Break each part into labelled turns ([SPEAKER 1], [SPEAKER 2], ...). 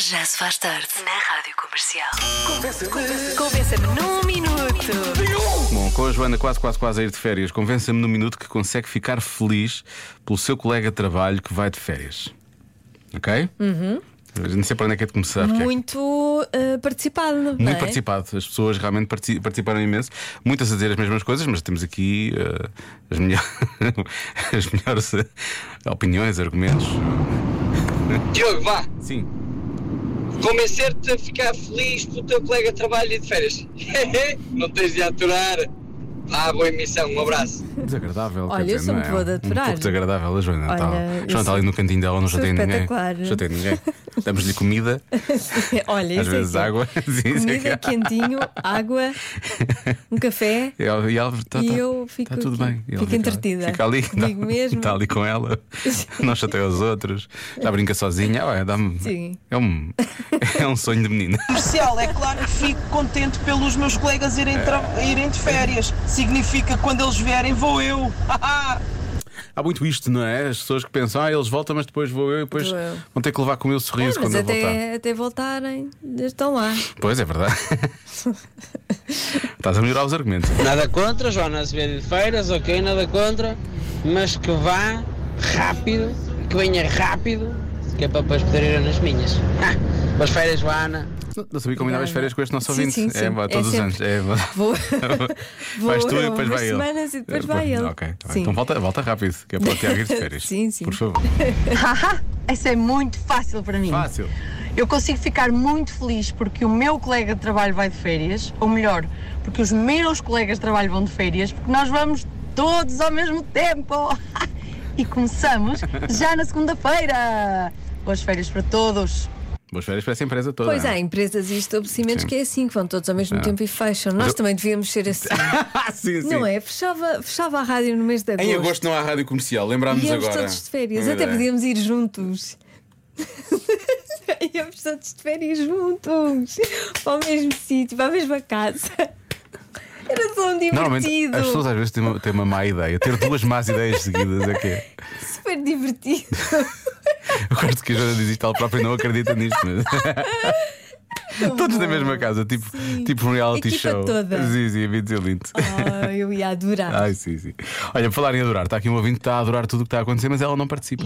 [SPEAKER 1] Já se faz tarde na Rádio Comercial. Convença-me num minuto.
[SPEAKER 2] Bom, com a Joana quase, quase, quase a ir de férias, convença-me no minuto que consegue ficar feliz pelo seu colega de trabalho que vai de férias. Ok? Uhum. Não sei para onde é que é de começar. porque é-
[SPEAKER 3] muito eh, participado. não é?
[SPEAKER 2] Muito participado, as pessoas realmente parti- participaram imenso. Muitas a dizer as mesmas coisas, mas temos aqui eh, as, melhor- as melhores eh, opiniões, argumentos.
[SPEAKER 4] Diogo, vá,
[SPEAKER 2] Sim,
[SPEAKER 4] convencer-te a ficar feliz pelo teu colega de trabalho e de férias. não tens de aturar. Vá, boa emissão, um abraço.
[SPEAKER 2] desagradável.
[SPEAKER 3] Olha,
[SPEAKER 2] quer
[SPEAKER 3] eu
[SPEAKER 2] dizer,
[SPEAKER 3] sou
[SPEAKER 2] não
[SPEAKER 3] muito
[SPEAKER 2] é?
[SPEAKER 3] boa de
[SPEAKER 2] Um
[SPEAKER 3] aturar.
[SPEAKER 2] pouco desagradável, a Joana. está,
[SPEAKER 3] Olha, eu
[SPEAKER 2] Joana está ali
[SPEAKER 3] sou-
[SPEAKER 2] no cantinho dela, não
[SPEAKER 3] sou
[SPEAKER 2] chateia ninguém.
[SPEAKER 3] espetacular.
[SPEAKER 2] Chateia ninguém. Damos-lhe comida,
[SPEAKER 3] Olha,
[SPEAKER 2] às
[SPEAKER 3] isso
[SPEAKER 2] vezes
[SPEAKER 3] é que é.
[SPEAKER 2] água. Sim, isso é que
[SPEAKER 3] Comida,
[SPEAKER 2] é.
[SPEAKER 3] quentinho, água, um café.
[SPEAKER 2] E ela, e ela tá,
[SPEAKER 3] E
[SPEAKER 2] tá,
[SPEAKER 3] eu fico
[SPEAKER 2] tá tudo
[SPEAKER 3] aqui.
[SPEAKER 2] bem. E ela
[SPEAKER 3] Fico entretida.
[SPEAKER 2] Fica ali,
[SPEAKER 3] Digo mesmo.
[SPEAKER 2] Está ali com ela, não chateia os outros, já brinca sozinha. Ah, ué, dá-me-
[SPEAKER 3] Sim.
[SPEAKER 2] é, um, é um sonho de menina.
[SPEAKER 5] comercial, é claro que fico contente pelos meus colegas irem, tra- irem de férias. Significa que quando eles vierem vou eu. Ah,
[SPEAKER 2] Há muito isto, não é? As pessoas que pensam, ah, eles voltam, mas depois vou eu e depois
[SPEAKER 3] Vou eu.
[SPEAKER 2] vão ter que levar com o meu sorriso
[SPEAKER 3] Ah, mas
[SPEAKER 2] quando eu voltar.
[SPEAKER 3] até, é- até voltarem, estão lá.
[SPEAKER 2] Pois é verdade. Estás a melhorar os argumentos.
[SPEAKER 6] Nada contra, Joana Azevedo de Feiras, ok, nada contra, mas que vá rápido, que venha rápido, que é para depois poder ir nas minhas. Ah, boas férias, Joana.
[SPEAKER 2] Não, não sabia combinar as
[SPEAKER 3] Obrigada.
[SPEAKER 2] férias com este nosso
[SPEAKER 3] Sim,
[SPEAKER 2] ouvinte.
[SPEAKER 3] sim, sim.
[SPEAKER 2] É, vá,
[SPEAKER 3] É
[SPEAKER 2] todos os
[SPEAKER 3] sempre.
[SPEAKER 2] anos. É, vá.
[SPEAKER 3] Vou, vou
[SPEAKER 2] Vais tu e
[SPEAKER 3] eu
[SPEAKER 2] depois
[SPEAKER 3] umas
[SPEAKER 2] vai ele.
[SPEAKER 3] semanas e depois vai ele.
[SPEAKER 2] Ok, tá bem.
[SPEAKER 3] Sim.
[SPEAKER 2] então volta, volta rápido, que é para o Tiago ir de férias.
[SPEAKER 3] Sim, sim.
[SPEAKER 2] Por favor.
[SPEAKER 7] Haha, Isso é muito fácil para mim.
[SPEAKER 2] Fácil.
[SPEAKER 7] Eu consigo ficar muito feliz porque o meu colega de trabalho vai de férias, ou melhor, porque os meus colegas de trabalho vão de férias, porque nós vamos todos ao mesmo tempo. E começamos já na segunda-feira. Boas férias para todos.
[SPEAKER 2] Boas férias para essa empresa toda.
[SPEAKER 3] Pois é. há empresas e estabelecimentos
[SPEAKER 2] Sim.
[SPEAKER 3] que é assim, que vão todos ao mesmo tempo e fecham. Nós
[SPEAKER 2] eu-
[SPEAKER 3] também devíamos ser assim.
[SPEAKER 2] Ah, sim, sim.
[SPEAKER 3] Não é? Fechava, fechava a rádio no mês de agosto.
[SPEAKER 2] Em agosto não há rádio comercial, lembrámos
[SPEAKER 3] Íamos
[SPEAKER 2] agora. É
[SPEAKER 3] todos de férias,
[SPEAKER 2] Uma
[SPEAKER 3] até
[SPEAKER 2] ideia.
[SPEAKER 3] podíamos ir juntos. Íamos todos de férias juntos, para o mesmo sítio, para a mesma casa. Era só um
[SPEAKER 2] Normalmente
[SPEAKER 3] divertido,
[SPEAKER 2] as pessoas às vezes têm uma, têm uma má ideia. Ter duas más ideias seguidas é que é.
[SPEAKER 3] super divertido.
[SPEAKER 2] Eu gosto que a Joana diz isto, ela própria não acredita nisto. mas- Todos da mesma casa, tipo, tipo um reality
[SPEAKER 3] Equipa
[SPEAKER 2] show.
[SPEAKER 3] toda.
[SPEAKER 2] Sim, sim, é muito lindo.
[SPEAKER 3] Oh, eu ia adorar.
[SPEAKER 2] Ai, sim, sim. Olha, por falar em adorar, está aqui um ouvinte que está a adorar tudo o que está a acontecer, mas ela não participa.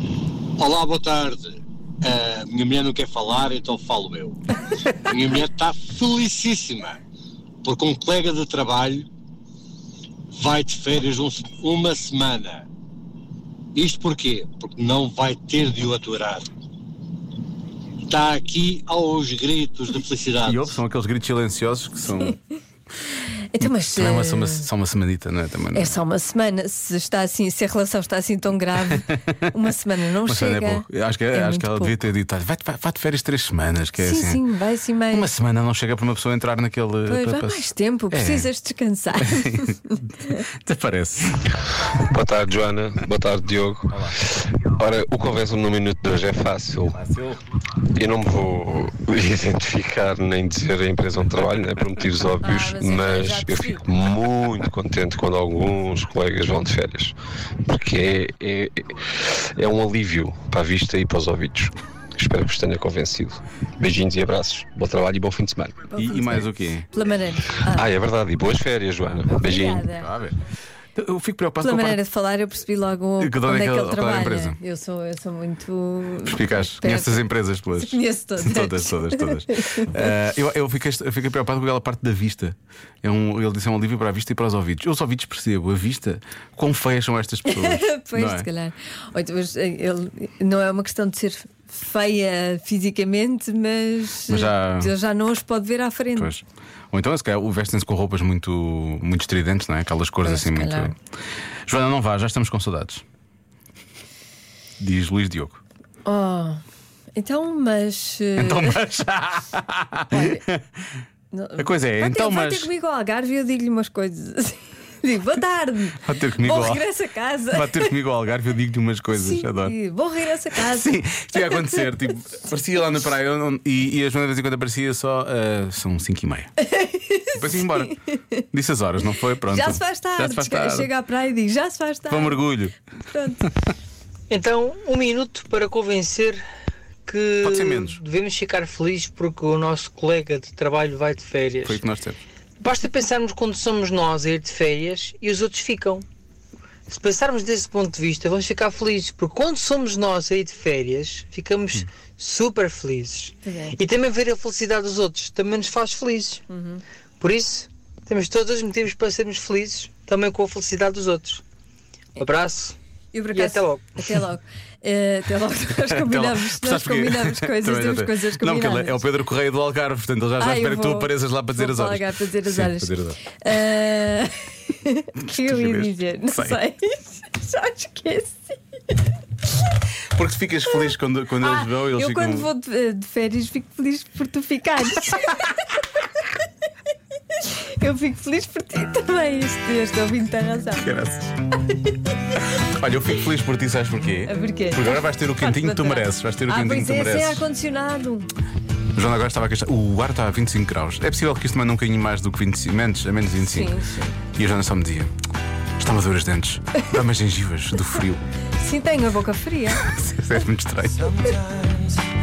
[SPEAKER 4] Olá, boa tarde. Ah, minha mulher não quer falar, então falo eu. A minha mulher está felicíssima, porque um colega de trabalho vai de férias um se- uma semana. Isto porquê? Porque não vai ter de o aturar. Está aqui aos gritos de felicidade.
[SPEAKER 2] E houve, são aqueles gritos silenciosos que são.
[SPEAKER 3] Então, mas
[SPEAKER 2] Não é uma,
[SPEAKER 3] eh,
[SPEAKER 2] só uma, só uma semanita, não é? Também, não.
[SPEAKER 3] é só uma semana. Se, está assim, se a relação está assim tão grave, uma semana não
[SPEAKER 2] Uma
[SPEAKER 3] chega.
[SPEAKER 2] semana é pouco. Eu Acho que, acho
[SPEAKER 3] muito
[SPEAKER 2] que ela
[SPEAKER 3] pouco.
[SPEAKER 2] devia ter dito: "Olha, vai, vai, vai de férias três semanas, que é
[SPEAKER 3] Sim,
[SPEAKER 2] assim.
[SPEAKER 3] sim, vai assim meio.
[SPEAKER 2] Uma semana não chega para uma pessoa entrar naquele.
[SPEAKER 3] Pois,
[SPEAKER 2] para- É.
[SPEAKER 3] vai
[SPEAKER 2] para-
[SPEAKER 3] mais tempo, precisas descansar.
[SPEAKER 2] Desaparece.
[SPEAKER 8] Boa tarde, Joana. Boa tarde, Diogo. Ora, o convença-me no minuto de hoje é fácil. Eu não me vou identificar nem dizer a empresa onde trabalho, né, por motivos óbvios,
[SPEAKER 3] mas é verdade,
[SPEAKER 8] mas eu
[SPEAKER 3] sim.
[SPEAKER 8] fico muito contente quando alguns colegas vão de férias, porque é, é, é um alívio para a vista e para os ouvidos. Espero que vos tenha convencido. Beijinhos e abraços. Bom trabalho e bom fim de semana.
[SPEAKER 2] E, e mais o quê?
[SPEAKER 3] Pela maneira.
[SPEAKER 8] Ah, é verdade. E boas férias, Joana. Beijinho.
[SPEAKER 3] Obrigada.
[SPEAKER 2] Ah, a ver. Eu fico preocupado
[SPEAKER 3] Pela
[SPEAKER 2] com a
[SPEAKER 3] maneira
[SPEAKER 2] parte.
[SPEAKER 3] de falar, eu percebi logo
[SPEAKER 2] Que de onde
[SPEAKER 3] onde
[SPEAKER 2] é
[SPEAKER 3] é
[SPEAKER 2] que
[SPEAKER 3] que
[SPEAKER 2] ele-
[SPEAKER 3] ele
[SPEAKER 2] qual é a
[SPEAKER 3] trabalha.
[SPEAKER 2] empresa?
[SPEAKER 3] Eu sou, eu sou muito.
[SPEAKER 2] Perspicaz.
[SPEAKER 3] Perto.
[SPEAKER 2] Conheces as empresas pelas.
[SPEAKER 3] Conheço todas.
[SPEAKER 2] Todas, todas, todas. Eh, eu, eu, fiquei, eu fiquei preocupado com aquela parte da vista. É um, ele disse é um alívio para a vista e para os ouvidos. Eu os ouvidos percebo, a vista, quão feias são estas pessoas.
[SPEAKER 3] Pois,
[SPEAKER 2] não é?
[SPEAKER 3] se calhar. Ou então, mas, eh, ele, não é uma questão de ser feia fisicamente, mas,
[SPEAKER 2] Mas já-
[SPEAKER 3] eh, ele já não os pode ver à frente.
[SPEAKER 2] Pois. Ou então, se calhar, vestem-se com roupas muito, muito estridentes, não é? Aquelas cores
[SPEAKER 3] Pois,
[SPEAKER 2] assim
[SPEAKER 3] se
[SPEAKER 2] muito.
[SPEAKER 3] calhar.
[SPEAKER 2] Joana, não vá, já estamos com saudades. Diz Luís Diogo.
[SPEAKER 3] Oh, então, mas. eh,
[SPEAKER 2] Então, mas.
[SPEAKER 3] não-
[SPEAKER 2] A coisa é,
[SPEAKER 3] vai ter,
[SPEAKER 2] então,
[SPEAKER 3] vai
[SPEAKER 2] mas.
[SPEAKER 3] ter comigo ao Algarve e eu digo-lhe umas coisas. assim. digo, boa tarde.
[SPEAKER 2] Vai ter comigo
[SPEAKER 3] Bom
[SPEAKER 2] ao-
[SPEAKER 3] regresso a casa.
[SPEAKER 2] Vá ter comigo ao Algarve, eu digo-lhe umas coisas,
[SPEAKER 3] Sim,
[SPEAKER 2] adoro.
[SPEAKER 3] e Bom regresso a
[SPEAKER 2] Ah,
[SPEAKER 3] casa.
[SPEAKER 2] Sim, isto ia acontecer. Tipo, parecia lá na praia eu não- e, e a Joana de vez em quando aparecia só. ah, são 5 e meia. Depois ia embora. Disse as horas, não foi? Pronto.
[SPEAKER 3] Já se faz tarde.
[SPEAKER 2] Já se faz tarde. um
[SPEAKER 3] Chega à praia e diz: Já se faz tarde.
[SPEAKER 2] Vou mergulho.
[SPEAKER 3] Pronto.
[SPEAKER 9] Então, um minuto para convencer que
[SPEAKER 2] Pode ser menos.
[SPEAKER 9] devemos ficar felizes porque o nosso colega de trabalho vai de férias.
[SPEAKER 2] Foi o que nós temos.
[SPEAKER 9] Basta pensarmos quando somos nós a ir de férias e os outros ficam. Se pensarmos desse ponto de vista, vamos ficar felizes, porque quando somos nós a ir de férias, ficamos super felizes.
[SPEAKER 3] é.
[SPEAKER 9] E também ver a felicidade dos outros também nos faz felizes. Por isso, temos todos os motivos para sermos felizes, também com a felicidade dos outros. Um abraço.
[SPEAKER 3] Eu, por
[SPEAKER 9] E até logo.
[SPEAKER 3] Até logo. Eh, até logo. Nós combinamos,
[SPEAKER 2] Até lá.
[SPEAKER 3] nós
[SPEAKER 2] Então, Sabes porquê?
[SPEAKER 3] combinamos coisas,
[SPEAKER 2] Também não
[SPEAKER 3] temos
[SPEAKER 2] tem.
[SPEAKER 3] coisas
[SPEAKER 2] Não,
[SPEAKER 3] combinadas.
[SPEAKER 2] porque ele é o Pedro Correia do Algarve, portanto ele já, já
[SPEAKER 3] Ah, eu
[SPEAKER 2] espera que tu
[SPEAKER 3] vou-
[SPEAKER 2] apareças lá para dizer
[SPEAKER 3] vou
[SPEAKER 2] as horas.
[SPEAKER 3] para o Algarve para dizer as
[SPEAKER 2] Sim,
[SPEAKER 3] horas.
[SPEAKER 2] para dizer as horas.
[SPEAKER 3] Ah, O que eu ia
[SPEAKER 2] estupidez.
[SPEAKER 3] dizer? Não
[SPEAKER 2] Sei.
[SPEAKER 3] sei. Já esqueci.
[SPEAKER 2] Porque tu ficas feliz quando, quando
[SPEAKER 3] Ah,
[SPEAKER 2] eles vão eles
[SPEAKER 3] eu
[SPEAKER 2] ficam.
[SPEAKER 3] quando vou de, de férias fico feliz por tu ficares. eu fico feliz por ti também. Este, este ouvinte tem razão.
[SPEAKER 2] Graças. Olha, eu fico feliz por ti, sabes porquê?
[SPEAKER 3] Ah, porquê?
[SPEAKER 2] Porque agora vais ter o cantinho que tu mereces. Vais ter o
[SPEAKER 3] ah,
[SPEAKER 2] cantinho que
[SPEAKER 3] pois
[SPEAKER 2] tu
[SPEAKER 3] é, sem
[SPEAKER 2] mereces.
[SPEAKER 3] ar-condicionado.
[SPEAKER 2] João agora estava a queixar. O ar está a 25 graus. É possível que isto mande um bocadinho mais do que 25, menos, a menos 25.
[SPEAKER 3] Sim, sim.
[SPEAKER 2] E a Joana só me dizia: está-me a doer os dentes, dá-me as gengivas do frio.
[SPEAKER 3] Sim, tenho a boca fria.
[SPEAKER 2] Isso é muito estranho.